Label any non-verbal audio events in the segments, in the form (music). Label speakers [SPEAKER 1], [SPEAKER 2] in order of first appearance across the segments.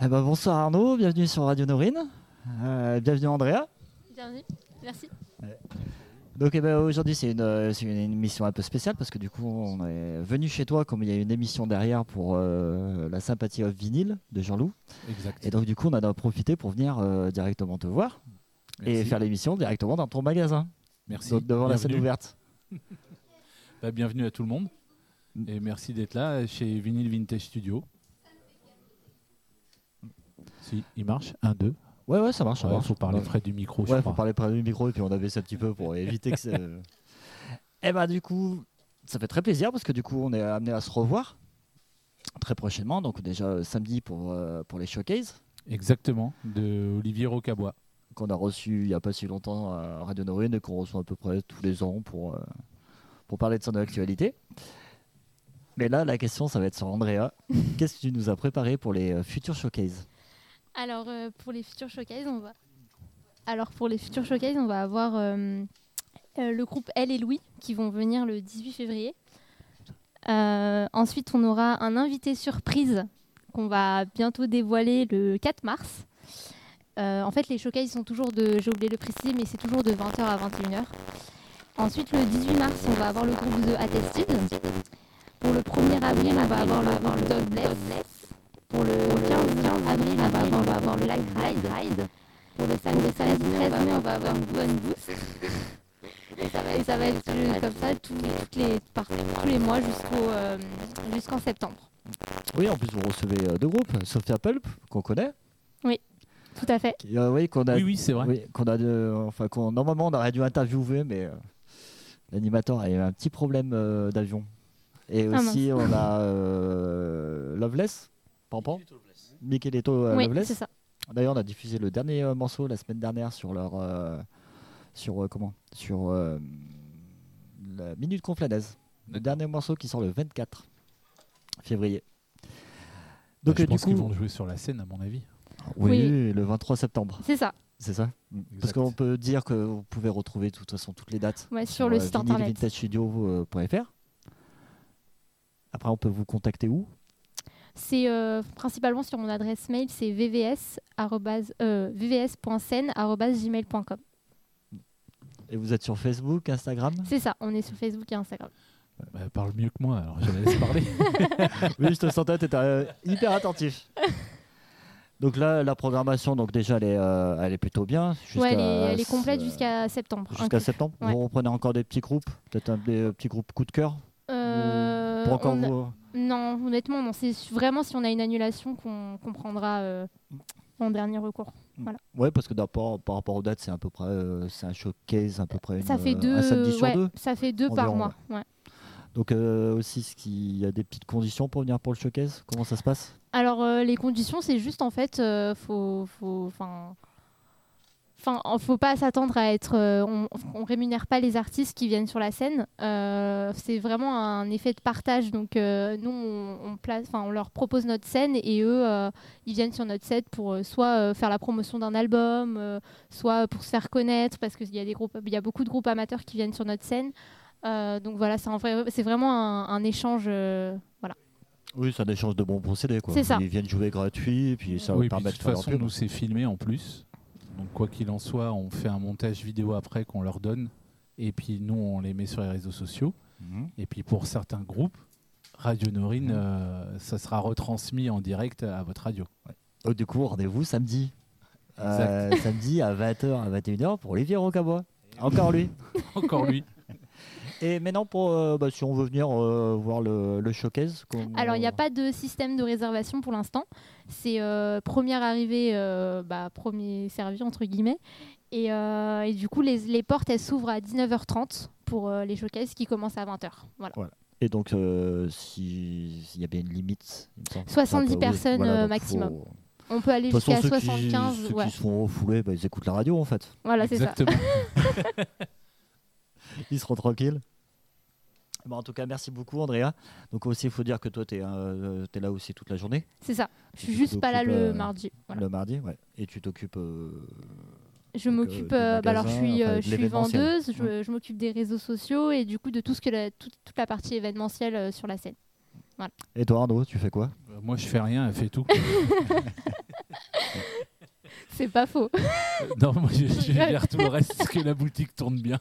[SPEAKER 1] Eh ben, bonsoir Arnaud, bienvenue sur Radio Norine. Euh, bienvenue Andrea.
[SPEAKER 2] Bienvenue, merci.
[SPEAKER 1] Donc eh ben, aujourd'hui c'est une, euh, c'est une émission un peu spéciale parce que du coup on est venu chez toi comme il y a une émission derrière pour euh, la sympathie of vinyle de Jean-Loup.
[SPEAKER 3] Exact.
[SPEAKER 1] Et donc du coup on en a profité pour venir euh, directement te voir et
[SPEAKER 3] Merci.
[SPEAKER 1] faire l'émission directement dans ton magasin,
[SPEAKER 3] Merci.
[SPEAKER 1] donc devant la scène
[SPEAKER 3] Bienvenue.
[SPEAKER 1] ouverte.
[SPEAKER 3] Bah, bienvenue à tout le monde. Et merci d'être là chez Vinyl Vintage Studio. Si, il marche. 1, 2.
[SPEAKER 1] Ouais ouais ça marche, ça
[SPEAKER 3] Il
[SPEAKER 1] marche.
[SPEAKER 3] faut parler
[SPEAKER 1] Ouais.
[SPEAKER 3] près du micro, je
[SPEAKER 1] Ouais, faut
[SPEAKER 3] crois.
[SPEAKER 1] parler près du micro et puis on avait ça un petit peu pour éviter que. ça- (laughs) Eh ben du coup, ça fait très plaisir parce que du coup on est amené à se revoir très prochainement, donc déjà euh, samedi pour euh, pour les showcases
[SPEAKER 3] Exactement, de Olivier Rocabois.
[SPEAKER 1] qu'on a reçu il n'y a pas si longtemps à Radio Norine et qu'on reçoit à peu près tous les ans pour euh, pour parler de son actualité. Mais là, la question, ça va être sur (laughs) Andrea. Qu'est-ce que tu nous as préparé pour les euh, futurs showcases
[SPEAKER 2] Alors euh, pour les futurs showcases, on va. Alors pour les futurs showcases, on va avoir euh, euh, le groupe Elle et Louis qui vont venir le 18 février. Euh, ensuite, on aura un invité surprise qu'on va bientôt dévoiler le 4 mars. Euh, en fait, les showcases sont toujours de, j'ai oublié de le préciser, mais c'est toujours de 20h à 21h. Ensuite, le 18 mars, on va avoir le groupe The Attested. Pour le 1er avril, on va avoir le groupe Dog Bless. Pour le 15, 15 avril, on va avoir, on va avoir le Black Ride. Pour le samedi, samedi 13 mai, on va avoir Bonne Boost. Et ça va être, ça va être euh, comme ça tous les, toutes les, par- tous les mois jusqu'au, euh, jusqu'en septembre.
[SPEAKER 1] Oui, en plus, vous recevez euh, deux groupes, Sophia Pulp, qu'on connaît.
[SPEAKER 2] Tout à fait.
[SPEAKER 1] qui- euh, oui, qu'on a
[SPEAKER 3] Oui, oui, c'est vrai.
[SPEAKER 1] Oui, qu'on a de- enfin qu'on normalement on aurait dû interviewer, mais euh, l'animateur a eu un petit problème euh, d'avion. Et
[SPEAKER 2] Ah,
[SPEAKER 1] aussi on
[SPEAKER 2] (laughs)
[SPEAKER 1] a euh, Loveless, Pampan, Micheletto euh,
[SPEAKER 2] oui,
[SPEAKER 1] Loveless.
[SPEAKER 2] c'est ça.
[SPEAKER 1] D'ailleurs on a diffusé le dernier euh, morceau la semaine dernière sur leur euh, sur euh, comment sur euh, la minute conflanaise. Le dernier morceau qui sort le 24 février. Donc euh,
[SPEAKER 3] Bah, je
[SPEAKER 1] du
[SPEAKER 3] pense qu'ils
[SPEAKER 1] coup,
[SPEAKER 3] vont jouer sur la scène, à mon avis.
[SPEAKER 1] oui, le 23 septembre,
[SPEAKER 2] C'est ça.
[SPEAKER 1] c'est ça parce
[SPEAKER 3] Exact.
[SPEAKER 1] qu'on peut dire que vous pouvez retrouver de toute façon toutes les dates
[SPEAKER 2] Ouais, sur le
[SPEAKER 1] euh,
[SPEAKER 2] site internet.
[SPEAKER 1] vinylvintagestudio.fr. euh, Après, on peut vous contacter où
[SPEAKER 2] C'est euh, principalement sur mon adresse mail, c'est vvs, euh, vvs.scène.gmail.com.
[SPEAKER 1] Et vous êtes sur Facebook, Instagram
[SPEAKER 2] C'est ça, on est sur Facebook et Instagram.
[SPEAKER 3] Bah, parle mieux que moi, alors je la laisse
[SPEAKER 1] (laughs)
[SPEAKER 3] parler.
[SPEAKER 1] Oui, je te sentais, tu étais euh, hyper
[SPEAKER 2] (laughs)
[SPEAKER 1] attentif. Donc là, la programmation, donc déjà, elle est, euh, elle est plutôt bien.
[SPEAKER 2] ouais, elle
[SPEAKER 1] jusqu'à-
[SPEAKER 2] est, elle est complète
[SPEAKER 1] euh,
[SPEAKER 2] jusqu'à septembre.
[SPEAKER 1] Jusqu'à
[SPEAKER 2] inclus.
[SPEAKER 1] septembre.
[SPEAKER 2] Ouais.
[SPEAKER 1] Vous reprenez encore des petits groupes Peut-être un des, euh, petits groupes coup de cœur
[SPEAKER 2] Euh,
[SPEAKER 1] Pour encore
[SPEAKER 2] on a-
[SPEAKER 1] vous- euh,
[SPEAKER 2] Non, honnêtement, non. C'est su- vraiment si on a une annulation qu'on qu'on prendra euh, en dernier recours.
[SPEAKER 1] Ouais, parce que d'abord, par rapport aux dates, c'est à peu près euh, c'est un showcase, à peu près
[SPEAKER 2] ça
[SPEAKER 1] une,
[SPEAKER 2] fait
[SPEAKER 1] euh,
[SPEAKER 2] deux,
[SPEAKER 1] un samedi sur
[SPEAKER 2] ouais,
[SPEAKER 1] deux.
[SPEAKER 2] ça fait deux par
[SPEAKER 1] Environ,
[SPEAKER 2] mois. ouais.
[SPEAKER 1] Donc euh, aussi, ce qui- il y a des petites conditions pour venir pour le showcase. Comment ça se passe
[SPEAKER 2] Alors euh, les conditions, c'est juste en fait, euh, faut, faut, enfin, enfin, en- faut pas s'attendre à être, euh, on, on rémunère pas les artistes qui viennent sur la scène. Euh, c'est vraiment un effet de partage. Donc euh, nous, on, on place, enfin, on leur propose notre scène et eux, euh, ils viennent sur notre scène pour euh, soit euh, faire la promotion d'un album, euh, soit pour se faire connaître, parce qu'il y a des groupes, il y a beaucoup de groupes amateurs qui viennent sur notre scène. Euh, donc voilà, c'est un vrai- c'est vraiment un, un échange. euh, voilà.
[SPEAKER 1] Oui, c'est un échange de bons procédés. Quoi.
[SPEAKER 2] C'est ça.
[SPEAKER 1] Ils viennent jouer gratuit, et puis ça
[SPEAKER 3] oui, puis
[SPEAKER 1] permet
[SPEAKER 3] de
[SPEAKER 1] de
[SPEAKER 3] toute
[SPEAKER 1] faire leur
[SPEAKER 3] façon,
[SPEAKER 1] pub.
[SPEAKER 3] nous, c'est filmé en plus. Donc, quoi qu'il en soit, on fait un montage vidéo après qu'on leur donne. Et puis, nous, on les met sur les réseaux sociaux.
[SPEAKER 1] Mhm.
[SPEAKER 3] Et puis pour certains groupes, Radio Norine, euh, ça sera retransmis en direct à votre radio.
[SPEAKER 1] Donc, du coup, rendez-vous samedi. Euh, samedi à 20h, à 21h pour Olivier Rocabois. Encore lui.
[SPEAKER 3] (laughs) Encore lui.
[SPEAKER 1] Et maintenant, pour, euh, bah, si on veut venir euh, voir le, le showcase. comment-
[SPEAKER 2] Alors, il n'y a pas de système de réservation pour l'instant. C'est euh, première arrivée, euh, bah, premier servi, entre guillemets. Et, euh, et du coup, les, les portes, elles s'ouvrent à 19h30 pour euh, les showcases qui commencent à 20h. Voilà.
[SPEAKER 1] Et donc, euh, si- s'il y a bien une limite, il me semble.
[SPEAKER 2] 70
[SPEAKER 1] Enfin, Ah bah oui,
[SPEAKER 2] personnes,
[SPEAKER 1] voilà,
[SPEAKER 2] euh,
[SPEAKER 1] donc
[SPEAKER 2] maximum.
[SPEAKER 1] faut-
[SPEAKER 2] On peut aller
[SPEAKER 1] De toute façon, ceux
[SPEAKER 2] jusqu'à
[SPEAKER 1] qui,
[SPEAKER 2] 75.
[SPEAKER 1] ceux
[SPEAKER 2] ouais.
[SPEAKER 1] qui se font refouler, bah, ils écoutent la radio en fait.
[SPEAKER 2] Voilà, c'est ça.
[SPEAKER 3] Exactement.
[SPEAKER 1] Ils seront tranquilles. Bon, en tout cas, merci beaucoup, Andrea. Donc, aussi, il faut dire que toi, tu es, là aussi toute la journée,
[SPEAKER 2] C'est ça. Je suis
[SPEAKER 1] Tu
[SPEAKER 2] juste pas là
[SPEAKER 1] t'occupes,
[SPEAKER 2] le
[SPEAKER 1] euh,
[SPEAKER 2] mardi. Voilà.
[SPEAKER 1] le mardi. Ouais. Et tu t'occupes. euh,
[SPEAKER 2] Je
[SPEAKER 1] donc, euh,
[SPEAKER 2] m'occupe.
[SPEAKER 1] du
[SPEAKER 2] euh, bah, alors, je
[SPEAKER 1] magasin,
[SPEAKER 2] suis,
[SPEAKER 1] enfin, de
[SPEAKER 2] euh, je suis
[SPEAKER 1] l'événementiel. Mm.
[SPEAKER 2] vendeuse. Je, je m'occupe des réseaux sociaux et du coup de tout ce que la- toute- toute la partie événementielle euh, sur la scène.
[SPEAKER 1] Et toi, Arnaud, tu fais quoi
[SPEAKER 2] (laughs)
[SPEAKER 3] Euh, Moi, je fais rien, elle fait tout.
[SPEAKER 2] C'est pas faux.
[SPEAKER 3] non, moi je,
[SPEAKER 2] (laughs)
[SPEAKER 3] je gère tout le reste, que la boutique tourne bien.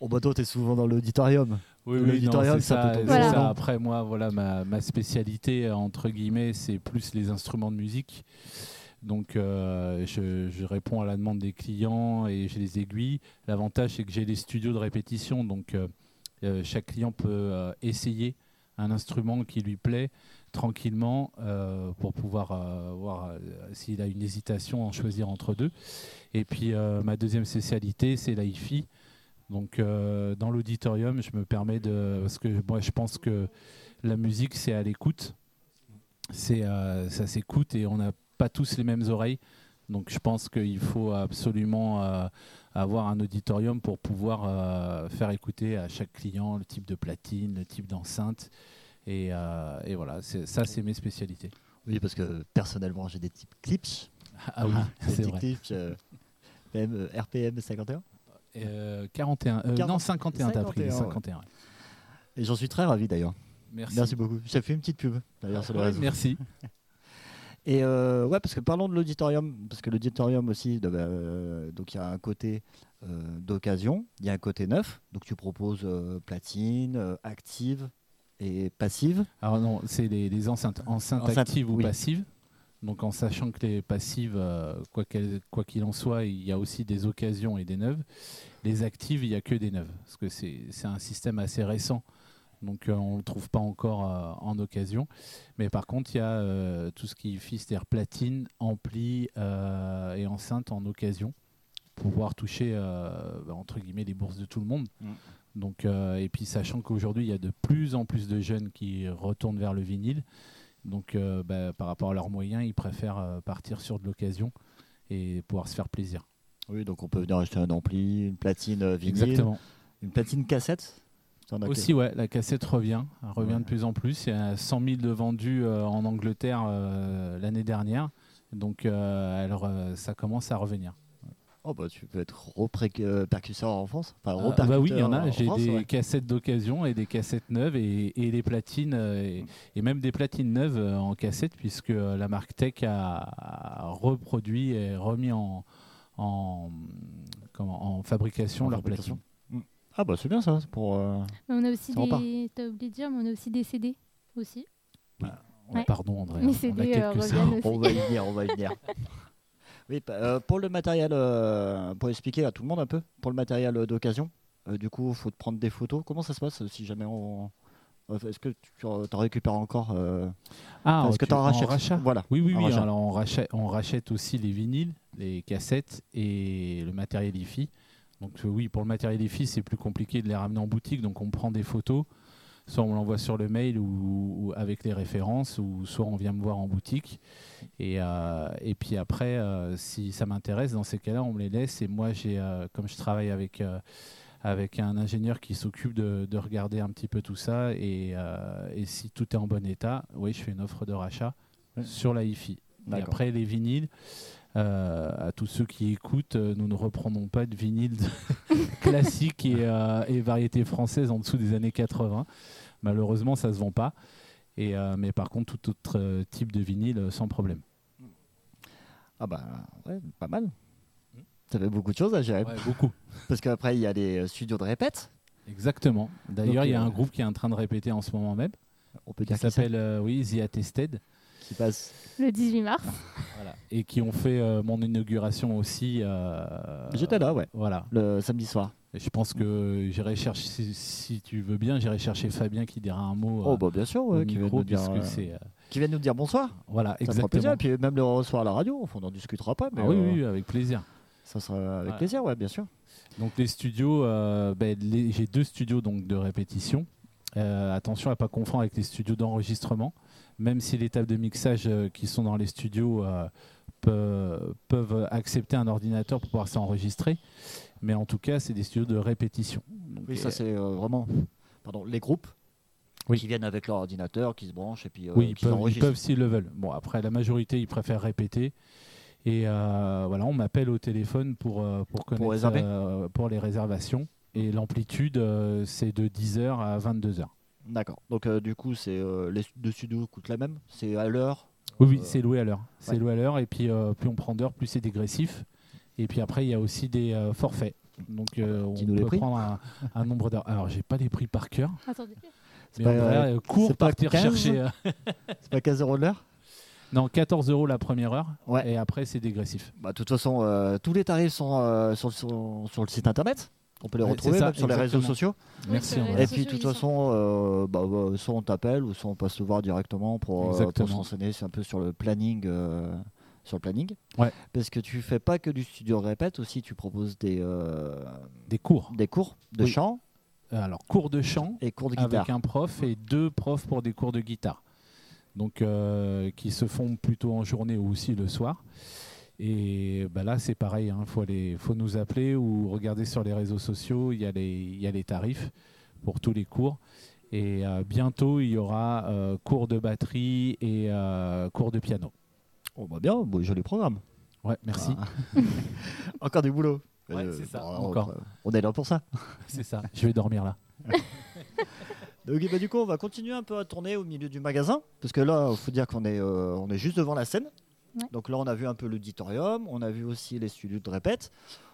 [SPEAKER 1] Oh bah toi, t'es souvent dans l'auditorium.
[SPEAKER 3] Oui,
[SPEAKER 1] Le
[SPEAKER 3] oui, non,
[SPEAKER 1] littorium,
[SPEAKER 3] c'est
[SPEAKER 1] ça peut
[SPEAKER 3] ça,
[SPEAKER 1] tomber
[SPEAKER 3] c'est
[SPEAKER 2] dedans.
[SPEAKER 3] ça. Après, moi, voilà, ma, ma spécialité, euh, entre guillemets, c'est plus les instruments de musique. Donc, euh, je, je réponds à la demande des clients et j'ai les aiguilles. L'avantage, c'est que j'ai des studios de répétition. Donc, euh, euh, chaque client peut euh, essayer un instrument qui lui plaît tranquillement euh, pour pouvoir euh, voir euh, s'il a une hésitation à en choisir entre deux. Et puis, euh, ma deuxième spécialité, c'est la hi-fi. Donc euh, dans l'auditorium, je me permets de parce que moi je pense que la musique c'est à l'écoute, c'est euh, ça s'écoute et on n'a pas tous les mêmes oreilles. Donc je pense qu'il faut absolument euh, avoir un auditorium pour pouvoir euh, faire écouter à chaque client le type de platine, le type d'enceinte. Et, euh, et voilà, c'est- ça c'est mes spécialités.
[SPEAKER 1] Oui, parce que personnellement, j'ai des types clips.
[SPEAKER 3] Ah oui,
[SPEAKER 1] des
[SPEAKER 3] c'est
[SPEAKER 1] petits
[SPEAKER 3] vrai.
[SPEAKER 1] clips, euh, (laughs) PM, euh, RPM 51.
[SPEAKER 3] Euh, 41, euh, non 51 t'as pris,
[SPEAKER 1] 51, ouais.
[SPEAKER 3] 51. ouais.
[SPEAKER 1] Et j'en suis très ravi d'ailleurs.
[SPEAKER 3] Merci.
[SPEAKER 1] Merci. beaucoup. Ça fait une petite pub d'ailleurs sur le
[SPEAKER 3] Ouais,
[SPEAKER 1] réseau.
[SPEAKER 3] merci.
[SPEAKER 1] Et euh, ouais, parce que parlons de l'auditorium, parce que l'auditorium aussi, de- bah, euh, donc il y a un côté euh, d'occasion, il y a un côté neuf, donc tu proposes euh, platine, euh, active et passive.
[SPEAKER 3] Alors non, c'est les, les enceintes, enceintes
[SPEAKER 1] Enceintes,
[SPEAKER 3] actives ou
[SPEAKER 1] oui.
[SPEAKER 3] passives. Donc en sachant que les passives, euh, quoi qu'elles- quoi qu'il en soit, il y a aussi des occasions et des neuves. Les actives, il n'y a que des neuves, parce que c'est c'est un système assez récent. Donc euh, on ne le trouve pas encore euh, en occasion. Mais par contre, il y a euh, tout ce qui est hi-fi, c'est-à-dire platine, ampli euh, et enceinte en occasion pour pouvoir toucher, euh, bah, entre guillemets, les bourses de tout le monde.
[SPEAKER 1] Mm.
[SPEAKER 3] Donc, euh, et puis sachant qu'aujourd'hui, il y a de plus en plus de jeunes qui retournent vers le vinyle. Donc euh, bah, par rapport à leurs moyens, ils préfèrent euh, partir sur de l'occasion et pouvoir se faire plaisir.
[SPEAKER 1] Oui, donc on peut venir acheter un ampli, une platine euh, vinyle, une platine cassette. T'en as
[SPEAKER 3] Aussi, ouais, la cassette revient, elle revient
[SPEAKER 1] Ouais.
[SPEAKER 3] de plus en plus. Il y a 100 000 de vendus euh, en Angleterre euh, l'année dernière. Donc euh, alors, euh, ça commence à revenir.
[SPEAKER 1] Oh bah tu peux être repré- euh, percusseur en France. Enfin,
[SPEAKER 3] Ah, bah oui, il y en a.
[SPEAKER 1] repercuteur
[SPEAKER 3] J'ai
[SPEAKER 1] France,
[SPEAKER 3] des
[SPEAKER 1] ouais.
[SPEAKER 3] cassettes d'occasion et des cassettes neuves et, et des platines euh, et, et même des platines neuves euh, en cassette puisque euh, la marque Tech a, a reproduit et remis en, en, comment- en fabrication
[SPEAKER 1] En
[SPEAKER 3] leurs
[SPEAKER 1] fabrication.
[SPEAKER 3] platines.
[SPEAKER 1] Ah bah c'est bien ça, c'est pour. euh,
[SPEAKER 2] Mais on a aussi
[SPEAKER 1] Ça repart.
[SPEAKER 2] des. T'as oublié de dire, mais on a aussi des CD aussi. Ouais.
[SPEAKER 3] Pardon André, hein,
[SPEAKER 2] Mes
[SPEAKER 3] on a
[SPEAKER 2] CD euh,
[SPEAKER 3] quelques
[SPEAKER 2] reviennent aussi.
[SPEAKER 1] On va y venir, on va y venir. Oui, pa- euh, pour le matériel, euh, pour expliquer à tout le monde un peu, pour le matériel euh, d'occasion, euh, du coup, il faut te prendre des photos. Comment ça se passe euh, si jamais on. euh, Est-ce que tu en t'en récupères encore euh,
[SPEAKER 3] Ah,
[SPEAKER 1] enfin, Est-ce que
[SPEAKER 3] tu-
[SPEAKER 1] tu en rachètes
[SPEAKER 3] rachat
[SPEAKER 1] Voilà.
[SPEAKER 3] Oui, oui,
[SPEAKER 1] En
[SPEAKER 3] oui.
[SPEAKER 1] rachat.
[SPEAKER 3] Alors on rachète, on rachète aussi les vinyles, les cassettes et le matériel IFI. Donc euh, oui, pour le matériel IFI, c'est plus compliqué de les ramener en boutique. Donc on prend des photos, soit on l'envoie sur le mail ou, ou avec les références, ou soit on vient me voir en boutique. Et, euh, et puis après, euh, si ça m'intéresse, dans ces cas-là, on me les laisse. Et moi, j'ai, euh, comme je travaille avec euh, avec un ingénieur qui s'occupe de, de regarder un petit peu tout ça. Et, euh, et si tout est en bon état, oui, je fais une offre de rachat
[SPEAKER 1] Ouais.
[SPEAKER 3] sur la hi-fi. Et
[SPEAKER 1] D'accord.
[SPEAKER 3] après, les vinyles, euh, à tous ceux qui écoutent, euh, nous ne reprendons pas de vinyles (laughs) classiques et, euh, et variétés françaises en dessous des années 80. Malheureusement, ça se vend pas. Et, euh, mais par contre, tout autre euh, type de vinyle, euh, sans problème.
[SPEAKER 1] Ah bah ouais, pas mal. Ça fait beaucoup de choses à gérer.
[SPEAKER 3] beaucoup.
[SPEAKER 1] Parce qu'après, il y a les euh, studios de répète.
[SPEAKER 3] Exactement.
[SPEAKER 1] Donc,
[SPEAKER 3] D'ailleurs, il y a
[SPEAKER 1] euh,
[SPEAKER 3] un groupe qui est en train de répéter en ce moment même,
[SPEAKER 1] On peut
[SPEAKER 3] qui
[SPEAKER 1] dire qui c'est,
[SPEAKER 3] s'appelle euh, oui, The Attested.
[SPEAKER 1] qui passe.
[SPEAKER 2] Le 18 mars.
[SPEAKER 3] Voilà. Et qui ont fait euh, mon inauguration aussi. euh,
[SPEAKER 1] J'étais là, ouais,
[SPEAKER 3] Voilà.
[SPEAKER 1] le samedi soir.
[SPEAKER 3] Et je pense que j'irai chercher, si, si tu veux bien, j'irai chercher Fabien qui dira un mot. euh,
[SPEAKER 1] Oh bah bien sûr,
[SPEAKER 3] au
[SPEAKER 1] ouais, qui vient
[SPEAKER 3] micro,
[SPEAKER 1] nous dire,
[SPEAKER 3] puisque
[SPEAKER 1] euh,
[SPEAKER 3] c'est. euh,
[SPEAKER 1] qui vient nous dire bonsoir.
[SPEAKER 3] voilà,
[SPEAKER 1] Ça fera plaisir.
[SPEAKER 3] exactement.
[SPEAKER 1] Et puis même le recevoir à la radio, enfin, on n'en discutera pas, mais
[SPEAKER 3] Ah oui,
[SPEAKER 1] euh,
[SPEAKER 3] oui, avec plaisir.
[SPEAKER 1] ça sera avec
[SPEAKER 3] Ouais.
[SPEAKER 1] plaisir, ouais, bien sûr.
[SPEAKER 3] Donc les studios, euh, ben, les- j'ai deux studios donc de répétition. Euh, attention à pas confondre avec les studios d'enregistrement, même si les tables de mixage euh, qui sont dans les studios euh, pe- peuvent accepter un ordinateur pour pouvoir s'enregistrer, mais en tout cas c'est des studios de répétition. Donc,
[SPEAKER 1] Oui, ça
[SPEAKER 3] euh,
[SPEAKER 1] c'est euh, vraiment pardon, les groupes
[SPEAKER 3] Oui.
[SPEAKER 1] qui viennent avec leur ordinateur, qui se branchent et puis euh,
[SPEAKER 3] oui, ils
[SPEAKER 1] qui
[SPEAKER 3] peuvent, ils
[SPEAKER 1] s'enregistrent.
[SPEAKER 3] peuvent s'ils le veulent. Bon, après, la majorité, ils préfèrent répéter. Et euh, voilà, on m'appelle au téléphone pour, euh, pour connaître
[SPEAKER 1] réserver.
[SPEAKER 3] euh, pour les réservations. Et l'amplitude, euh, c'est de 10h à 22h.
[SPEAKER 1] D'accord. Donc euh, du coup, c'est euh, les deux studios coûtent la même, c'est à l'heure.
[SPEAKER 3] Oui, oui,
[SPEAKER 1] Euh,
[SPEAKER 3] c'est loué à l'heure. C'est
[SPEAKER 1] ouais.
[SPEAKER 3] loué à l'heure et puis euh, plus on prend d'heures, plus c'est dégressif. Et puis après, il y a aussi des euh, forfaits. Donc euh, on
[SPEAKER 1] Dis-nous les
[SPEAKER 3] peut
[SPEAKER 1] prix.
[SPEAKER 3] prendre un, un nombre d'heures. Alors j'ai pas les prix par cœur,
[SPEAKER 1] Ah.
[SPEAKER 2] Attendez.
[SPEAKER 1] C'est
[SPEAKER 3] mais
[SPEAKER 1] pas,
[SPEAKER 3] on
[SPEAKER 1] euh,
[SPEAKER 3] va court
[SPEAKER 1] c'est pas
[SPEAKER 3] partir
[SPEAKER 1] 15?
[SPEAKER 3] chercher. euh,
[SPEAKER 1] c'est pas 15 euros de l'heure
[SPEAKER 3] non, 14 euros la première heure
[SPEAKER 1] Ouais.
[SPEAKER 3] et après c'est dégressif.
[SPEAKER 1] Bah, De toute façon, euh, tous les tarifs sont euh, sur, sur- sur le site internet. On peut les
[SPEAKER 3] Ouais,
[SPEAKER 1] retrouver
[SPEAKER 3] c'est ça,
[SPEAKER 1] même sur les réseaux
[SPEAKER 3] exactement.
[SPEAKER 1] sociaux.
[SPEAKER 3] Merci.
[SPEAKER 2] c'est
[SPEAKER 3] André.
[SPEAKER 2] vrai.
[SPEAKER 1] Et
[SPEAKER 2] réseaux
[SPEAKER 1] puis, de
[SPEAKER 2] sociaux,
[SPEAKER 1] toute
[SPEAKER 2] ils
[SPEAKER 1] façon, euh, bah, bah, soit on t'appelle ou soit on passe te voir directement pour, euh,
[SPEAKER 3] Exactement.
[SPEAKER 1] pour s'enseigner un peu sur le planning. euh, sur le planning.
[SPEAKER 3] Ouais.
[SPEAKER 1] Parce que tu fais pas que du studio répète, aussi tu proposes des, euh,
[SPEAKER 3] Des cours.
[SPEAKER 1] des cours de
[SPEAKER 3] Oui.
[SPEAKER 1] chant
[SPEAKER 3] Alors cours de chant
[SPEAKER 1] et cours de guitare.
[SPEAKER 3] avec un prof et deux profs pour des cours de guitare. Donc euh, qui se font plutôt en journée ou aussi le soir. Et bah, là c'est pareil, il faut, aller- faut nous appeler ou regarder sur les réseaux sociaux, il y, a les- il y a les tarifs pour tous les cours. Et euh, bientôt il y aura euh, cours de batterie et euh, cours de piano.
[SPEAKER 1] Oh, bah bien, bon, joli programme.
[SPEAKER 3] Ouais, merci.
[SPEAKER 1] Ah. (laughs) Encore du boulot.
[SPEAKER 3] Ouais, c'est ça,
[SPEAKER 1] bon,
[SPEAKER 3] encore.
[SPEAKER 1] On est là pour ça.
[SPEAKER 3] C'est ça, je vais dormir là.
[SPEAKER 1] Donc, bah, du coup, on va continuer un peu à tourner au milieu du magasin. Parce que là, il faut dire qu'on est, euh, on est juste devant la scène.
[SPEAKER 2] Ouais.
[SPEAKER 1] Donc là, on a vu un peu l'auditorium, on a vu aussi les studios de répète.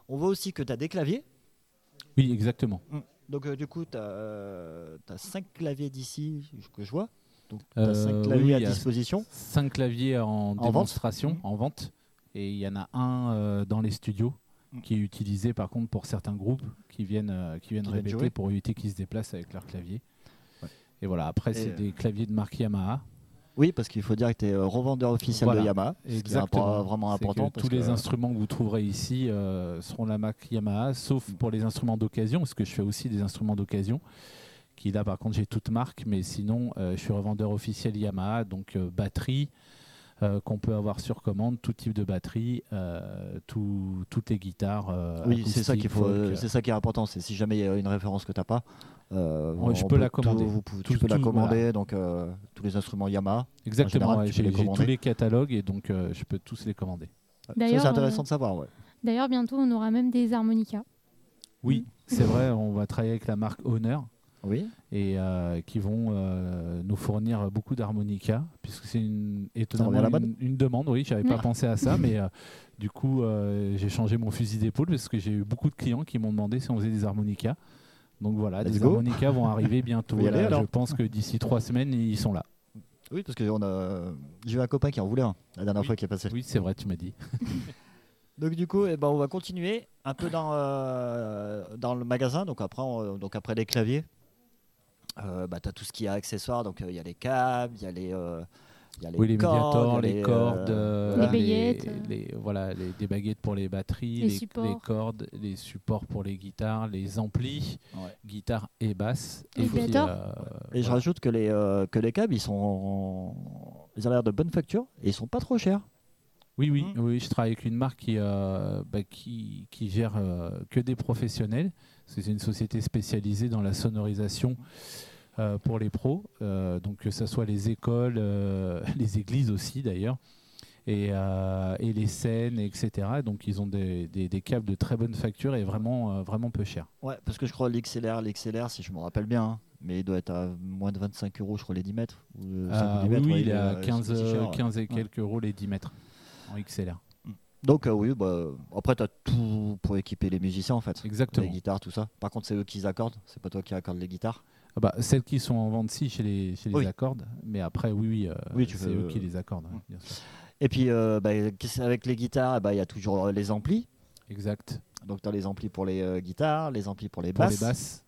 [SPEAKER 1] On voit aussi que tu as des claviers.
[SPEAKER 3] Oui, exactement.
[SPEAKER 1] Donc, euh, du coup, tu as, 5 claviers d'ici que je vois. Donc, tu as
[SPEAKER 3] Euh,
[SPEAKER 1] 5
[SPEAKER 3] oui,
[SPEAKER 1] claviers
[SPEAKER 3] oui,
[SPEAKER 1] à
[SPEAKER 3] il y a-
[SPEAKER 1] disposition.
[SPEAKER 3] Cinq claviers en,
[SPEAKER 1] vente.
[SPEAKER 3] démonstration,
[SPEAKER 1] Mhm.
[SPEAKER 3] en vente. Et il y en a un euh, dans les studios
[SPEAKER 1] Mhm.
[SPEAKER 3] qui est utilisé par contre pour certains groupes qui viennent, euh, qui viennent
[SPEAKER 1] Qui viennent
[SPEAKER 3] répéter
[SPEAKER 1] jouer.
[SPEAKER 3] pour éviter qu'ils se déplacent avec leur clavier.
[SPEAKER 1] Ouais.
[SPEAKER 3] Et voilà, après
[SPEAKER 1] Et,
[SPEAKER 3] c'est
[SPEAKER 1] euh,
[SPEAKER 3] des claviers de marque Yamaha.
[SPEAKER 1] Oui, parce qu'il faut dire que tu es revendeur officiel
[SPEAKER 3] Voilà.
[SPEAKER 1] de Yamaha. ce qui est impor- vraiment
[SPEAKER 3] C'est que
[SPEAKER 1] important. parce
[SPEAKER 3] tous les
[SPEAKER 1] que-
[SPEAKER 3] instruments que vous trouverez ici euh, seront la marque Yamaha, sauf
[SPEAKER 1] Mm.
[SPEAKER 3] pour les instruments d'occasion, parce que je fais aussi des instruments d'occasion. Qui là, par contre, j'ai toute marque, mais sinon, euh, je suis revendeur officiel Yamaha, donc euh, batterie euh, qu'on peut avoir sur commande, tout type de batterie, euh, tout- toutes les guitares. euh,
[SPEAKER 1] Oui, c'est ça qu'il
[SPEAKER 3] acoustiques,
[SPEAKER 1] faut. euh,
[SPEAKER 3] folk,
[SPEAKER 1] c'est ça qui est important. C'est si jamais il y a une référence que t'as pas, euh,
[SPEAKER 3] Ouais, je
[SPEAKER 1] on
[SPEAKER 3] peux
[SPEAKER 1] peut
[SPEAKER 3] la commander.
[SPEAKER 1] tout- vous pouvez-
[SPEAKER 3] Tous-
[SPEAKER 1] tu peux la
[SPEAKER 3] tous, voilà.
[SPEAKER 1] commander. Donc euh, tous les instruments Yamaha.
[SPEAKER 3] Exactement,
[SPEAKER 1] général,
[SPEAKER 3] ouais,
[SPEAKER 1] tu peux
[SPEAKER 3] j'ai
[SPEAKER 1] les
[SPEAKER 3] j'ai tous
[SPEAKER 1] commander.
[SPEAKER 3] les catalogues et donc euh, je peux tous les commander.
[SPEAKER 1] Ça,
[SPEAKER 2] D'ailleurs,
[SPEAKER 1] C'est intéressant
[SPEAKER 2] euh,
[SPEAKER 1] de savoir. Ouais.
[SPEAKER 2] D'ailleurs, bientôt, on aura même des harmonicas.
[SPEAKER 1] Mm.
[SPEAKER 3] Oui, c'est vrai, on va travailler avec la marque Honor.
[SPEAKER 1] Oui.
[SPEAKER 3] et euh, qui vont euh, nous fournir beaucoup d'harmonicas, puisque c'est une,
[SPEAKER 1] revient
[SPEAKER 3] étonnamment
[SPEAKER 1] à la
[SPEAKER 3] une,
[SPEAKER 1] mode
[SPEAKER 3] une demande. Oui, j'avais pas
[SPEAKER 2] Mm.
[SPEAKER 3] pensé à ça, mais euh, du coup, euh, j'ai changé mon fusil d'épaule parce que j'ai eu beaucoup de clients qui m'ont demandé si on faisait des harmonicas. Donc voilà,
[SPEAKER 1] Let's
[SPEAKER 3] des
[SPEAKER 1] go.
[SPEAKER 3] harmonicas vont arriver
[SPEAKER 1] (laughs)
[SPEAKER 3] bientôt.
[SPEAKER 1] Faut y
[SPEAKER 3] Là,
[SPEAKER 1] aller, alors.
[SPEAKER 3] je pense que d'ici trois semaines, ils sont là.
[SPEAKER 1] Oui, parce que on a. J'ai eu un copain qui en voulait un la dernière
[SPEAKER 3] Oui.
[SPEAKER 1] fois qui est passé.
[SPEAKER 3] Oui, c'est vrai, tu m'as dit.
[SPEAKER 1] Donc du coup, eh ben, on va continuer un peu dans euh, dans le magasin. Donc après, on- donc après les claviers, euh, bah, t'as tout ce qui est accessoires. Donc euh, il y a les câbles, il y a les euh, il y a les
[SPEAKER 3] oui, les
[SPEAKER 1] cordes,
[SPEAKER 3] médiators,
[SPEAKER 1] il y a
[SPEAKER 3] les, cordes,
[SPEAKER 1] euh,
[SPEAKER 3] euh,
[SPEAKER 2] Les baguettes, euh.
[SPEAKER 3] les- voilà, les, des baguettes pour les batteries,
[SPEAKER 2] Les
[SPEAKER 3] les,
[SPEAKER 2] supports.
[SPEAKER 3] cordes, les supports pour les guitares, les amplis,
[SPEAKER 1] Ouais.
[SPEAKER 3] guitare et basse.
[SPEAKER 2] Les
[SPEAKER 3] puis, euh,
[SPEAKER 2] pléthores.
[SPEAKER 1] Et je
[SPEAKER 3] voilà.
[SPEAKER 1] rajoute que les, euh, que les câbles, ils sont. Ils ont l'air de bonne facture et ils sont pas trop chers.
[SPEAKER 3] Oui, oui,
[SPEAKER 1] Mm.
[SPEAKER 3] oui, je travaille avec une marque qui, euh, bah, qui, qui gère euh, que des professionnels. parce que C'est une société spécialisée dans la
[SPEAKER 1] Mmh.
[SPEAKER 3] sonorisation euh, pour les pros, euh, donc que ce soit les écoles, euh, (laughs) les églises aussi d'ailleurs, et, euh, et les scènes, etc. Donc ils ont des, des, des câbles de très bonne facture et vraiment, euh, vraiment peu cher.
[SPEAKER 1] Ouais, parce que je crois l'XLR, l'XLR, si je me rappelle bien, hein, mais il doit être à moins de 25 euros, je crois, les 10 mètres. Ou euh, 5 ou 10
[SPEAKER 3] Ah oui,
[SPEAKER 1] mètres, ouais,
[SPEAKER 3] il est à
[SPEAKER 1] euh,
[SPEAKER 3] 15,
[SPEAKER 1] c'est cher, ouais.
[SPEAKER 3] 15 et
[SPEAKER 1] Ouais.
[SPEAKER 3] quelques euros les 10 mètres en XLR.
[SPEAKER 1] Donc, euh, oui, bah, après, tu as tout pour équiper les musiciens, en fait.
[SPEAKER 3] Exactement.
[SPEAKER 1] Les guitares, tout ça. Par contre, c'est eux qui accordent, c'est pas toi qui accordes les guitares.
[SPEAKER 3] Ah bah, celles qui sont en vente, si, chez les, chez les
[SPEAKER 1] Oui.
[SPEAKER 3] accords. Mais après, oui, oui, euh,
[SPEAKER 1] Oui, tu
[SPEAKER 3] c'est
[SPEAKER 1] fais,
[SPEAKER 3] eux
[SPEAKER 1] euh,
[SPEAKER 3] qui les accordent. ouais,
[SPEAKER 1] ouais.
[SPEAKER 3] bien sûr.
[SPEAKER 1] Et puis, euh, bah, qu'est-ce- avec les guitares, eh ben, il y a toujours euh, les amplis.
[SPEAKER 3] Exact.
[SPEAKER 1] Donc, tu as les amplis pour les euh, guitares, les amplis pour les
[SPEAKER 3] Pour
[SPEAKER 1] basses.
[SPEAKER 3] les basses.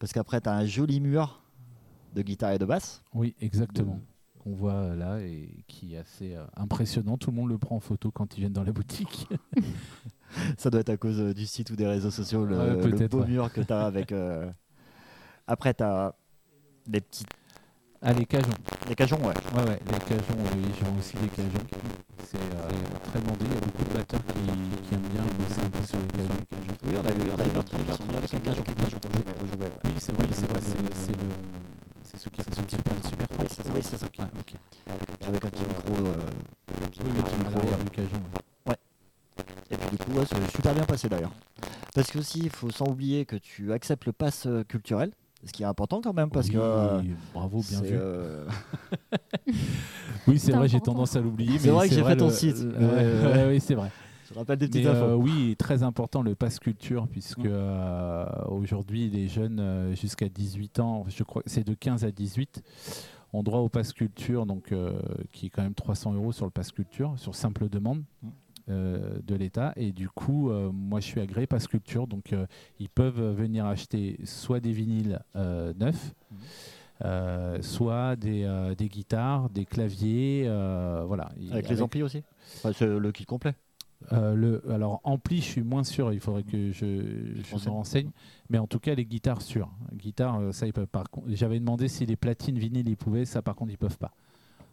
[SPEAKER 1] Parce qu'après, tu as un joli mur de guitare et de basse.
[SPEAKER 3] Oui, exactement. Qu'on voit euh, là et qui est assez euh, impressionnant. Tout le monde le prend en photo quand ils viennent dans la boutique.
[SPEAKER 1] Ça doit être à cause euh, du site ou des réseaux sociaux, le,
[SPEAKER 3] Ouais,
[SPEAKER 1] le
[SPEAKER 3] peut-être,
[SPEAKER 1] beau
[SPEAKER 3] ouais.
[SPEAKER 1] mur que tu as avec. euh, Après, tu as les petits.
[SPEAKER 3] ah, les cajons.
[SPEAKER 1] Les cajons, ouais.
[SPEAKER 3] Ouais, ouais, les cajons, oui, ils ont aussi des cajons. C'est euh, très demandé. Il y a beaucoup de batteurs qui, qui aiment bien bosser un peu sur les cajons.
[SPEAKER 1] Oui, on a vu, on a vu notre garçon avec un cajon qui jouait.
[SPEAKER 3] Oui, c'est vrai, c'est vrai, c'est c'est le. C'est ceux qui sont super, super.
[SPEAKER 1] Oui, c'est ça, oui, c'est ça.
[SPEAKER 3] Ah, ok.
[SPEAKER 1] Avec un petit micro. euh,
[SPEAKER 3] Oui, oui, tu me l'as dit, du cajon. ouais.
[SPEAKER 1] Et puis, du coup, ouais, c'est super bien passé d'ailleurs. Parce que aussi, il faut sans oublier que tu acceptes le pass euh, culturel, ce qui est important quand même, parce
[SPEAKER 3] Oui,
[SPEAKER 1] que. euh,
[SPEAKER 3] bravo, bien
[SPEAKER 1] c'est,
[SPEAKER 3] vu.
[SPEAKER 1] euh,
[SPEAKER 3] Oui, c'est
[SPEAKER 2] C'est
[SPEAKER 3] vrai, j'ai
[SPEAKER 2] important.
[SPEAKER 3] tendance à
[SPEAKER 1] (laughs)
[SPEAKER 3] l'oublier.
[SPEAKER 1] C'est
[SPEAKER 3] mais
[SPEAKER 1] vrai que j'ai fait
[SPEAKER 3] le-
[SPEAKER 1] ton site.
[SPEAKER 3] le-
[SPEAKER 1] Ouais, (laughs)
[SPEAKER 3] ouais,
[SPEAKER 1] ouais.
[SPEAKER 3] ouais, oui, c'est vrai.
[SPEAKER 1] Je rappelle des petites
[SPEAKER 3] Mais,
[SPEAKER 1] infos.
[SPEAKER 3] euh, oui, et très important le pass culture, puisque euh, aujourd'hui, les jeunes euh, jusqu'à 18 ans, je crois que c'est de 15 à 18, ont droit au pass culture, donc, euh, qui est quand même 300 euros sur le pass culture, sur simple demande.
[SPEAKER 1] Mm.
[SPEAKER 3] euh, de l'État et du coup euh, moi je suis agréé pass culture donc euh, ils peuvent venir acheter soit des vinyles euh, neufs
[SPEAKER 1] Mm.
[SPEAKER 3] euh, soit des, euh, des guitares des claviers euh, voilà Et
[SPEAKER 1] Avec les
[SPEAKER 3] avec-
[SPEAKER 1] amplis aussi. Enfin, c'est le kit complet.
[SPEAKER 3] euh, le, alors, ampli, je suis moins sûr, il faudrait que je, je me
[SPEAKER 1] renseigne.
[SPEAKER 3] renseigne. Mais en tout cas, les guitares sûres. Guitares, euh, ça, ils peuvent. Par contre, j'avais demandé si les platines vinyles, ils pouvaient. Ça, par contre, ils peuvent pas.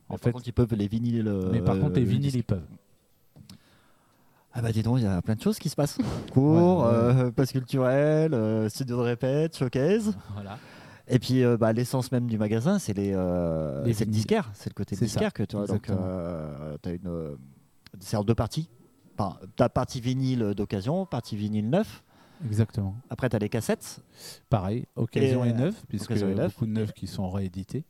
[SPEAKER 3] En
[SPEAKER 1] En
[SPEAKER 3] fait,
[SPEAKER 1] par contre, ils peuvent les vinyles. euh,
[SPEAKER 3] mais par contre, les
[SPEAKER 1] le
[SPEAKER 3] vinyles,
[SPEAKER 1] disque. (laughs)
[SPEAKER 3] ils peuvent.
[SPEAKER 1] Ah bah dis donc, il y a plein de choses qui se passent. (laughs) Cours,
[SPEAKER 3] Ouais, ouais.
[SPEAKER 1] euh, passe culturel, euh, studio de répète, showcase.
[SPEAKER 3] Voilà.
[SPEAKER 1] Et puis euh, bah, l'essence même du magasin, c'est les, euh,
[SPEAKER 3] Les
[SPEAKER 1] c'est le
[SPEAKER 3] vinyles.
[SPEAKER 1] disquaire, c'est le côté
[SPEAKER 3] C'est ça,
[SPEAKER 1] disquaire que tu as. Donc
[SPEAKER 3] exactement.
[SPEAKER 1] tu as une, euh, c'est en deux parties. Enfin, t'as partie vinyle d'occasion, partie vinyle neuf.
[SPEAKER 3] Exactement.
[SPEAKER 1] Après t'as les cassettes
[SPEAKER 3] Pareil, occasion
[SPEAKER 1] Et,
[SPEAKER 3] et,
[SPEAKER 1] euh,
[SPEAKER 3] neuf, puisque
[SPEAKER 1] occasion et neuf.
[SPEAKER 3] beaucoup de neufs qui sont réédités.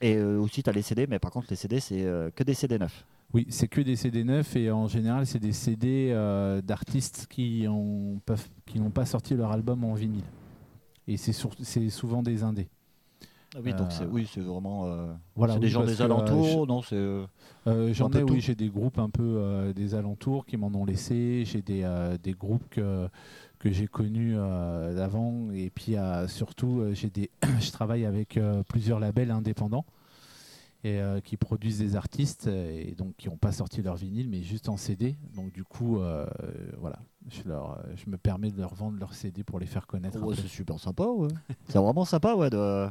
[SPEAKER 1] et euh, aussi t'as les CD, mais par contre les CD c'est euh, que des CD neufs.
[SPEAKER 3] Oui, c'est que des CD neufs et en général, c'est des CD euh, d'artistes qui ont peuvent- qui n'ont pas sorti leur album en vinyle. Et c'est sur- c'est souvent des indés.
[SPEAKER 1] Ah oui, donc
[SPEAKER 3] Euh,
[SPEAKER 1] c'est oui, c'est vraiment euh,
[SPEAKER 3] Voilà,
[SPEAKER 1] c'est des
[SPEAKER 3] oui,
[SPEAKER 1] gens
[SPEAKER 3] parce
[SPEAKER 1] des
[SPEAKER 3] que, euh,
[SPEAKER 1] alentours, non c'est euh,
[SPEAKER 3] Euh, J'en
[SPEAKER 1] Un peu
[SPEAKER 3] ai,
[SPEAKER 1] tout.
[SPEAKER 3] oui, j'ai des groupes un peu euh, des alentours qui m'en ont laissé, j'ai des, euh, des groupes que, que j'ai connus euh, d'avant, et puis euh, surtout, euh, j'ai des, (coughs) je travaille avec euh, plusieurs labels indépendants et euh, qui produisent des artistes euh, et donc qui n'ont pas sorti leur vinyle, mais juste en CD. Donc du coup, euh, voilà, je, leur, je me permets de leur vendre leur CD pour les faire connaître. un
[SPEAKER 1] Ouais,
[SPEAKER 3] peu.
[SPEAKER 1] c'est super sympa,
[SPEAKER 3] (laughs)
[SPEAKER 1] ouais. c'est vraiment sympa, ouais, de,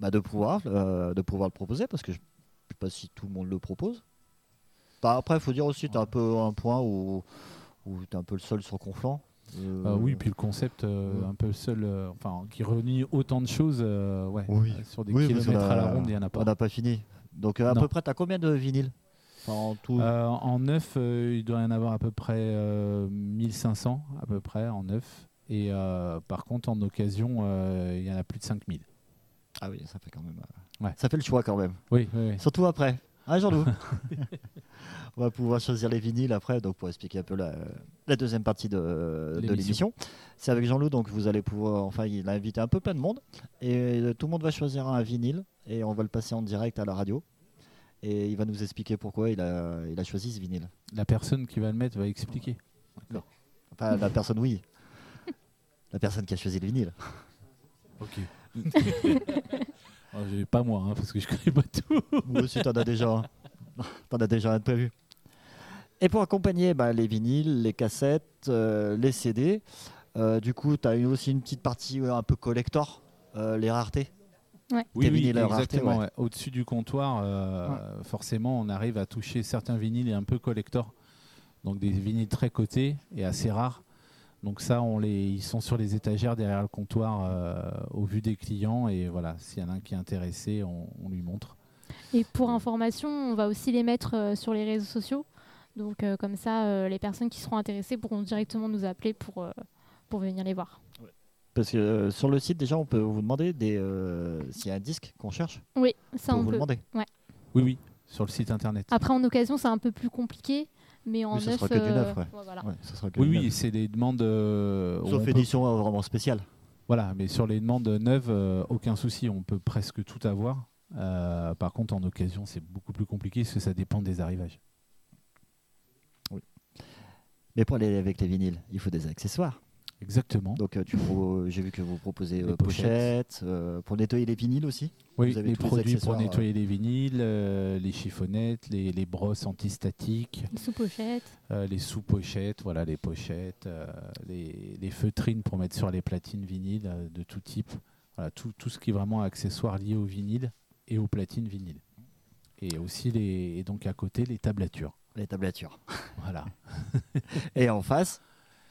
[SPEAKER 1] bah, de pouvoir, euh, de pouvoir le proposer parce que je je sais pas si tout le monde le propose. Bah, après, il faut dire aussi, tu as un peu un point où, où tu es un peu le seul sur Conflans. Euh,
[SPEAKER 3] Euh, oui, puis le concept euh,
[SPEAKER 1] ouais.
[SPEAKER 3] un peu seul, euh, enfin qui réunit autant de choses, euh, ouais,
[SPEAKER 1] Oui.
[SPEAKER 3] euh, sur des
[SPEAKER 1] Oui, parce qu'on
[SPEAKER 3] kilomètres à la
[SPEAKER 1] a-
[SPEAKER 3] ronde, il n'y en a pas.
[SPEAKER 1] on n'a pas fini. Donc, euh, à
[SPEAKER 3] Non.
[SPEAKER 1] peu près, tu as combien de vinyles Enfin, en tout,
[SPEAKER 3] Euh, en neuf, euh, il doit y en avoir à peu près euh, 1500 à peu près en neuf. Et euh, par contre, en occasion, euh, il y en a plus de 5000.
[SPEAKER 1] Ah oui, ça fait quand même. euh,
[SPEAKER 3] Ouais.
[SPEAKER 1] Ça fait le choix quand même.
[SPEAKER 3] Oui, oui, oui.
[SPEAKER 1] Surtout après. Ah, jean On va pouvoir choisir les vinyles après, donc pour expliquer un peu la, la deuxième partie de, de
[SPEAKER 3] L'émission.
[SPEAKER 1] l'émission. C'est avec Jean-Loup, donc vous allez pouvoir. Enfin, il a invité un peu plein de monde. Et euh, tout le monde va choisir un vinyle et on va le passer en direct à la radio. Et il va nous expliquer pourquoi il a, il a choisi ce vinyle.
[SPEAKER 3] La personne qui va le mettre va expliquer.
[SPEAKER 1] Enfin, la personne, oui. La personne qui a choisi le vinyle.
[SPEAKER 3] (laughs) Ok. pas moi, hein, parce que je connais pas tout.
[SPEAKER 1] Moi aussi, t'en as déjà un. (laughs) T'en as déjà un de prévu. Et pour accompagner bah, les vinyles, les cassettes, euh, les CD, euh, du coup, tu as aussi une petite partie euh, un peu collector, euh, les raretés. Tes vinyles raretés, ouais.
[SPEAKER 3] ouais. Au-dessus du comptoir, euh, forcément, on arrive à toucher certains vinyles et un peu collector. Donc des vinyles très cotés et assez rares. Donc ça, on les, ils sont sur les étagères derrière le comptoir euh, au vu des clients. Et voilà, s'il y en a un qui est intéressé, on, on lui montre.
[SPEAKER 2] Et pour information, on va aussi les mettre euh, sur les réseaux sociaux. Donc euh, comme ça, euh, les personnes qui seront intéressées pourront directement nous appeler pour, euh, pour venir les voir.
[SPEAKER 1] Parce que euh, sur le site, déjà, on peut vous demander des, euh, s'il y a un disque qu'on cherche.
[SPEAKER 2] Oui,
[SPEAKER 1] On
[SPEAKER 2] ça
[SPEAKER 1] peut
[SPEAKER 2] on
[SPEAKER 1] vous
[SPEAKER 2] peut.
[SPEAKER 1] demander.
[SPEAKER 3] Oui, oui, sur le site internet.
[SPEAKER 2] Après, en occasion, c'est un peu plus compliqué, mais en
[SPEAKER 1] Oui, ce
[SPEAKER 2] neuf,
[SPEAKER 1] sera que du
[SPEAKER 2] euh,
[SPEAKER 1] neuf, ouais.
[SPEAKER 2] voilà.
[SPEAKER 1] Ouais, ça sera que
[SPEAKER 3] oui,
[SPEAKER 1] le
[SPEAKER 3] oui,
[SPEAKER 1] même.
[SPEAKER 3] c'est des demandes. euh, où on
[SPEAKER 1] Sauf
[SPEAKER 3] peut-
[SPEAKER 1] édition euh, vraiment spéciale.
[SPEAKER 3] Voilà, mais sur les demandes neuves, euh, aucun souci, on peut presque tout avoir. Euh, par contre, en occasion, c'est beaucoup plus compliqué parce que ça dépend des arrivages.
[SPEAKER 1] Mais pour aller avec les vinyles, il faut des accessoires.
[SPEAKER 3] Exactement.
[SPEAKER 1] Donc, euh, tu pro- j'ai vu que vous proposez
[SPEAKER 3] Les
[SPEAKER 1] euh, pochettes, euh, pour nettoyer les vinyles aussi.
[SPEAKER 3] Oui,
[SPEAKER 1] vous avez
[SPEAKER 3] les
[SPEAKER 1] tous les
[SPEAKER 3] produits pour
[SPEAKER 1] accessoires,
[SPEAKER 3] nettoyer les vinyles, euh, les chiffonnettes, les, les brosses antistatiques,
[SPEAKER 2] Une sous-pochette.
[SPEAKER 3] euh, les sous-pochettes, voilà, les pochettes, euh, les, les feutrines pour mettre sur les platines vinyles euh, de tout type. Voilà, tout, tout ce qui est vraiment accessoire lié au vinyle et aux platines vinyles. Et aussi, les, et donc à côté, les tablatures.
[SPEAKER 1] Les tablatures.
[SPEAKER 3] Voilà.
[SPEAKER 1] Et en face,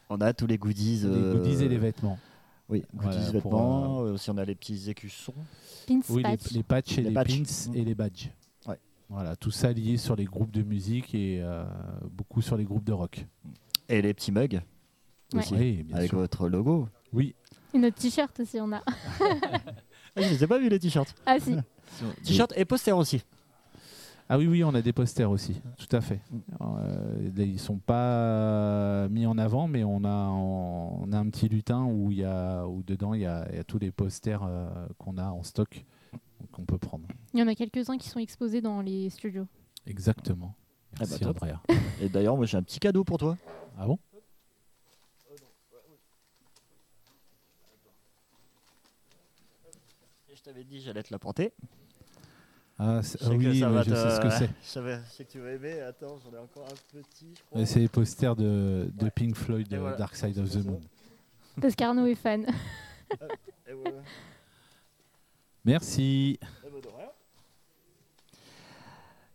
[SPEAKER 1] on a tous les goodies. euh,
[SPEAKER 3] Les goodies et les vêtements.
[SPEAKER 1] Oui, goodies,
[SPEAKER 3] Voilà, pour,
[SPEAKER 1] vêtements. euh, aussi, on a les petits écussons.
[SPEAKER 2] Pins
[SPEAKER 3] Oui,
[SPEAKER 2] patch.
[SPEAKER 3] les, les patchs et
[SPEAKER 1] Les
[SPEAKER 3] les,
[SPEAKER 1] patchs.
[SPEAKER 3] pins
[SPEAKER 1] Mm.
[SPEAKER 3] et les badges.
[SPEAKER 1] Ouais.
[SPEAKER 3] Voilà, tout ça lié sur les groupes de musique et euh, beaucoup sur les groupes de rock.
[SPEAKER 1] Et les petits mugs
[SPEAKER 2] Ouais.
[SPEAKER 1] aussi.
[SPEAKER 3] Oui, bien
[SPEAKER 1] avec
[SPEAKER 3] sûr.
[SPEAKER 1] votre logo.
[SPEAKER 3] Oui,
[SPEAKER 2] Et notre t-shirt aussi, on a.
[SPEAKER 1] Ah, je les ai pas vus, les t-shirts.
[SPEAKER 2] Ah si,
[SPEAKER 1] T-shirts et posters aussi.
[SPEAKER 3] Ah oui, oui, on a des posters aussi, tout à fait. Euh, ils sont pas mis en avant, mais on a, on a un petit lutin où, il y a, où dedans il y a, il y a tous les posters euh, qu'on a en stock, qu'on peut prendre.
[SPEAKER 2] Il y en a quelques-uns qui sont exposés dans
[SPEAKER 1] (laughs)
[SPEAKER 2] les studios.
[SPEAKER 3] Exactement.
[SPEAKER 1] Ah bah,
[SPEAKER 3] Merci
[SPEAKER 1] top.
[SPEAKER 3] Andrea.
[SPEAKER 1] Et d'ailleurs, moi j'ai un petit cadeau pour toi.
[SPEAKER 3] Ah bon
[SPEAKER 1] Je t'avais dit, j'allais te l'apporter.
[SPEAKER 3] ah, c'est- ah oui, mais je sais ce que c'est.
[SPEAKER 1] (laughs) Je savais- je sais que tu vas aimer. Attends, j'en ai encore un petit. je crois.
[SPEAKER 3] Mais C'est les posters de, de Pink Floyd,
[SPEAKER 1] Et
[SPEAKER 3] euh,
[SPEAKER 1] voilà.
[SPEAKER 3] Dark Side of the Moon.
[SPEAKER 2] Parce qu'Arnaud est fan.
[SPEAKER 1] Et voilà.
[SPEAKER 3] Merci.
[SPEAKER 1] Eh ben, de rien.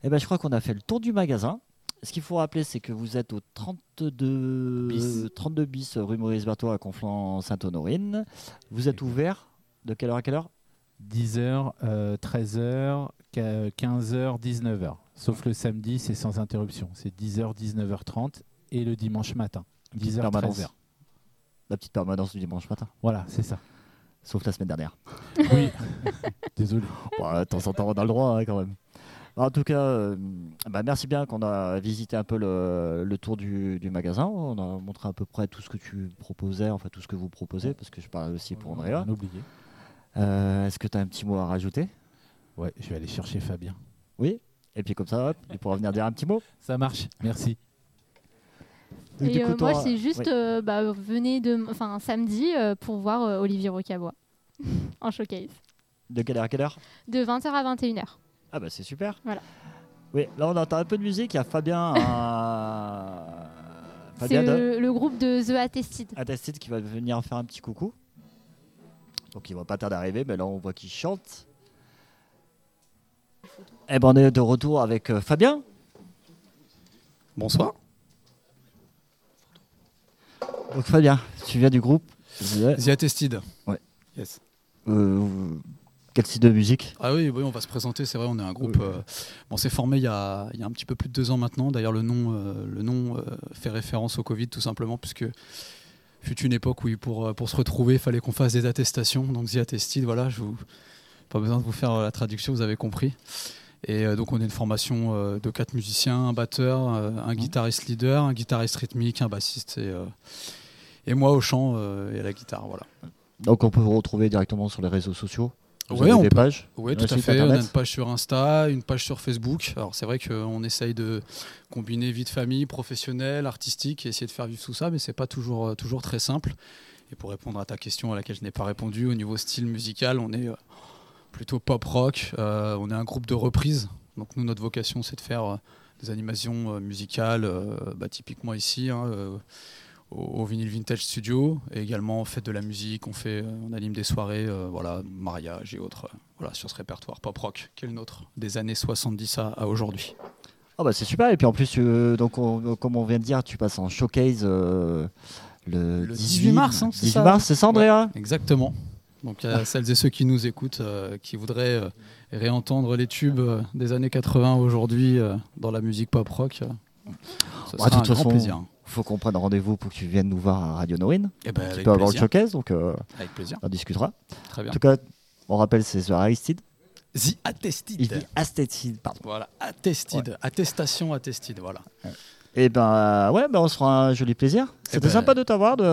[SPEAKER 1] Eh ben, je crois qu'on a fait le tour du magasin. Ce qu'il faut rappeler, c'est que vous êtes au 32
[SPEAKER 3] Bis.
[SPEAKER 1] 32 bis rue Maurice Berthaud à Conflans-Sainte-Honorine. Vous êtes ouvert de quelle heure à quelle heure
[SPEAKER 3] 10h, 13h, 15h, 19h. Sauf le samedi, c'est sans interruption. C'est 10h, 19h30 et le dimanche matin. 10h,
[SPEAKER 1] Permanence.
[SPEAKER 3] 13h.
[SPEAKER 1] La petite permanence du dimanche matin,
[SPEAKER 3] Voilà,
[SPEAKER 1] (laughs)
[SPEAKER 3] c'est ça.
[SPEAKER 1] sauf la semaine dernière.
[SPEAKER 3] Oui. Désolé.
[SPEAKER 1] Bon, euh, de temps en temps, on a le droit hein, quand même. En tout cas, euh, bah, merci bien qu'on a visité un peu le, le tour du, du magasin. On a montré à peu près tout ce que tu proposais, enfin tout ce que vous proposez, parce que je parle aussi pour Andrea.
[SPEAKER 3] On a oublié.
[SPEAKER 1] Euh, Est-ce que tu as un petit mot à rajouter
[SPEAKER 3] Ouais, je vais aller chercher Fabien.
[SPEAKER 1] Oui Et puis comme ça, hop, tu pourras venir dire un petit mot.
[SPEAKER 3] Ça marche. Merci.
[SPEAKER 1] Donc,
[SPEAKER 2] Et euh,
[SPEAKER 1] écoute,
[SPEAKER 2] moi,
[SPEAKER 1] on-
[SPEAKER 2] c'est juste,
[SPEAKER 1] oui.
[SPEAKER 2] euh, bah, venez de, enfin, samedi euh, pour voir euh,
[SPEAKER 1] (laughs)
[SPEAKER 2] Olivier Rocabois en showcase.
[SPEAKER 1] De quelle heure à quelle heure
[SPEAKER 2] De 20h à 21h.
[SPEAKER 1] Ah bah c'est super.
[SPEAKER 2] Voilà.
[SPEAKER 1] Oui, là on entend un peu de musique, il y a Fabien,
[SPEAKER 2] (laughs)
[SPEAKER 1] euh,
[SPEAKER 2] C'est
[SPEAKER 1] Fabien de
[SPEAKER 2] le, le groupe de The Attested.
[SPEAKER 1] Attested qui va venir faire un petit coucou. Donc il va pas tarder d'arriver, mais là on voit qu'il chante. Eh ben on est de retour avec euh, Fabien.
[SPEAKER 4] Bonsoir.
[SPEAKER 1] Donc Fabien, tu viens du groupe. Euh,
[SPEAKER 4] The Attested.
[SPEAKER 1] Ouais.
[SPEAKER 4] Yes.
[SPEAKER 1] euh, quel style de musique
[SPEAKER 4] Ah oui, oui, on va se présenter. C'est vrai, on est un groupe. euh, bon, c'est formé il y, a, il y a un petit peu plus de deux ans maintenant. D'ailleurs, le nom, euh, le nom euh, fait référence au Covid, tout simplement, puisque fut une époque où pour, euh, pour se retrouver, il fallait qu'on fasse des attestations. Donc, The Attested, voilà, je vous, pas besoin de vous faire euh, la traduction, vous avez compris. Et euh, donc, on est une formation euh, de quatre musiciens, un batteur, euh, un guitariste leader, un guitariste rythmique, un bassiste et, euh, et moi au chant euh, et à la guitare. Voilà.
[SPEAKER 1] Donc on peut vous retrouver directement sur les réseaux sociaux. Vous
[SPEAKER 4] Ouais,
[SPEAKER 1] avez
[SPEAKER 4] on
[SPEAKER 1] des
[SPEAKER 4] peut-
[SPEAKER 1] pages.
[SPEAKER 4] Oui,
[SPEAKER 1] Un
[SPEAKER 4] tout à
[SPEAKER 1] site
[SPEAKER 4] fait. On a
[SPEAKER 1] internet.
[SPEAKER 4] une page sur Insta, une page sur Facebook. Alors, c'est vrai qu'on essaye de combiner vie de famille, professionnelle, artistique et essayer de faire vivre tout ça, mais c'est pas toujours, euh, toujours très simple. Et pour répondre à ta question à laquelle je n'ai pas répondu, au niveau style musical, on est euh, plutôt pop rock. Euh, on est un groupe de reprises. Donc, nous, notre vocation, c'est de faire euh, des animations euh, musicales, euh, bah, typiquement ici, hein, euh, au, au vinyle vintage studio et également on fait de la musique on fait euh, on anime des soirées euh, voilà mariage et autres euh, voilà sur ce répertoire pop rock quel nôtre des années 70 à, à aujourd'hui
[SPEAKER 1] Ah bah c'est super. Et puis en plus, euh, donc on- comme on vient de dire, tu passes en showcase euh, le,
[SPEAKER 4] Le 18 mars, hein, c'est
[SPEAKER 1] 18
[SPEAKER 4] ça
[SPEAKER 1] mars, c'est ça, Andrea
[SPEAKER 4] exactement donc
[SPEAKER 1] Ah.
[SPEAKER 4] à celles et ceux qui nous écoutent euh, qui voudraient euh, réentendre les tubes euh, des années 80 à aujourd'hui euh, dans la musique pop rock euh, ce
[SPEAKER 1] Bah,
[SPEAKER 4] sera
[SPEAKER 1] de toute
[SPEAKER 4] un grand
[SPEAKER 1] façon,
[SPEAKER 4] plaisir
[SPEAKER 1] Faut qu'on prenne rendez-vous pour que tu viennes nous voir à Radio Norine.
[SPEAKER 4] et ben
[SPEAKER 1] Tu
[SPEAKER 4] avec
[SPEAKER 1] peux avoir le
[SPEAKER 4] plaisir,
[SPEAKER 1] showcase, donc euh,
[SPEAKER 4] avec plaisir
[SPEAKER 1] on en discutera.
[SPEAKER 4] très
[SPEAKER 1] En
[SPEAKER 4] bien
[SPEAKER 1] tout cas, on rappelle, c'est sur Aristide.
[SPEAKER 4] The
[SPEAKER 1] Il dit
[SPEAKER 4] Attested
[SPEAKER 1] Astétide, pardon.
[SPEAKER 4] voilà attested attestation attested voilà
[SPEAKER 1] Et ben euh, ouais, ben on se fera un joli plaisir. C'était
[SPEAKER 4] ben-
[SPEAKER 1] sympa de t'avoir, de,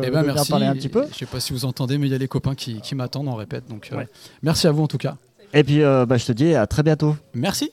[SPEAKER 4] Eh
[SPEAKER 1] de
[SPEAKER 4] ben
[SPEAKER 1] venir
[SPEAKER 4] merci.
[SPEAKER 1] parler un petit peu.
[SPEAKER 4] Je sais pas si vous entendez, mais il y a les copains qui, qui m'attendent, on répète. Donc euh,
[SPEAKER 1] Ouais.
[SPEAKER 4] merci à vous en tout cas.
[SPEAKER 1] Et puis euh, bah, je te dis à très bientôt.
[SPEAKER 4] Merci.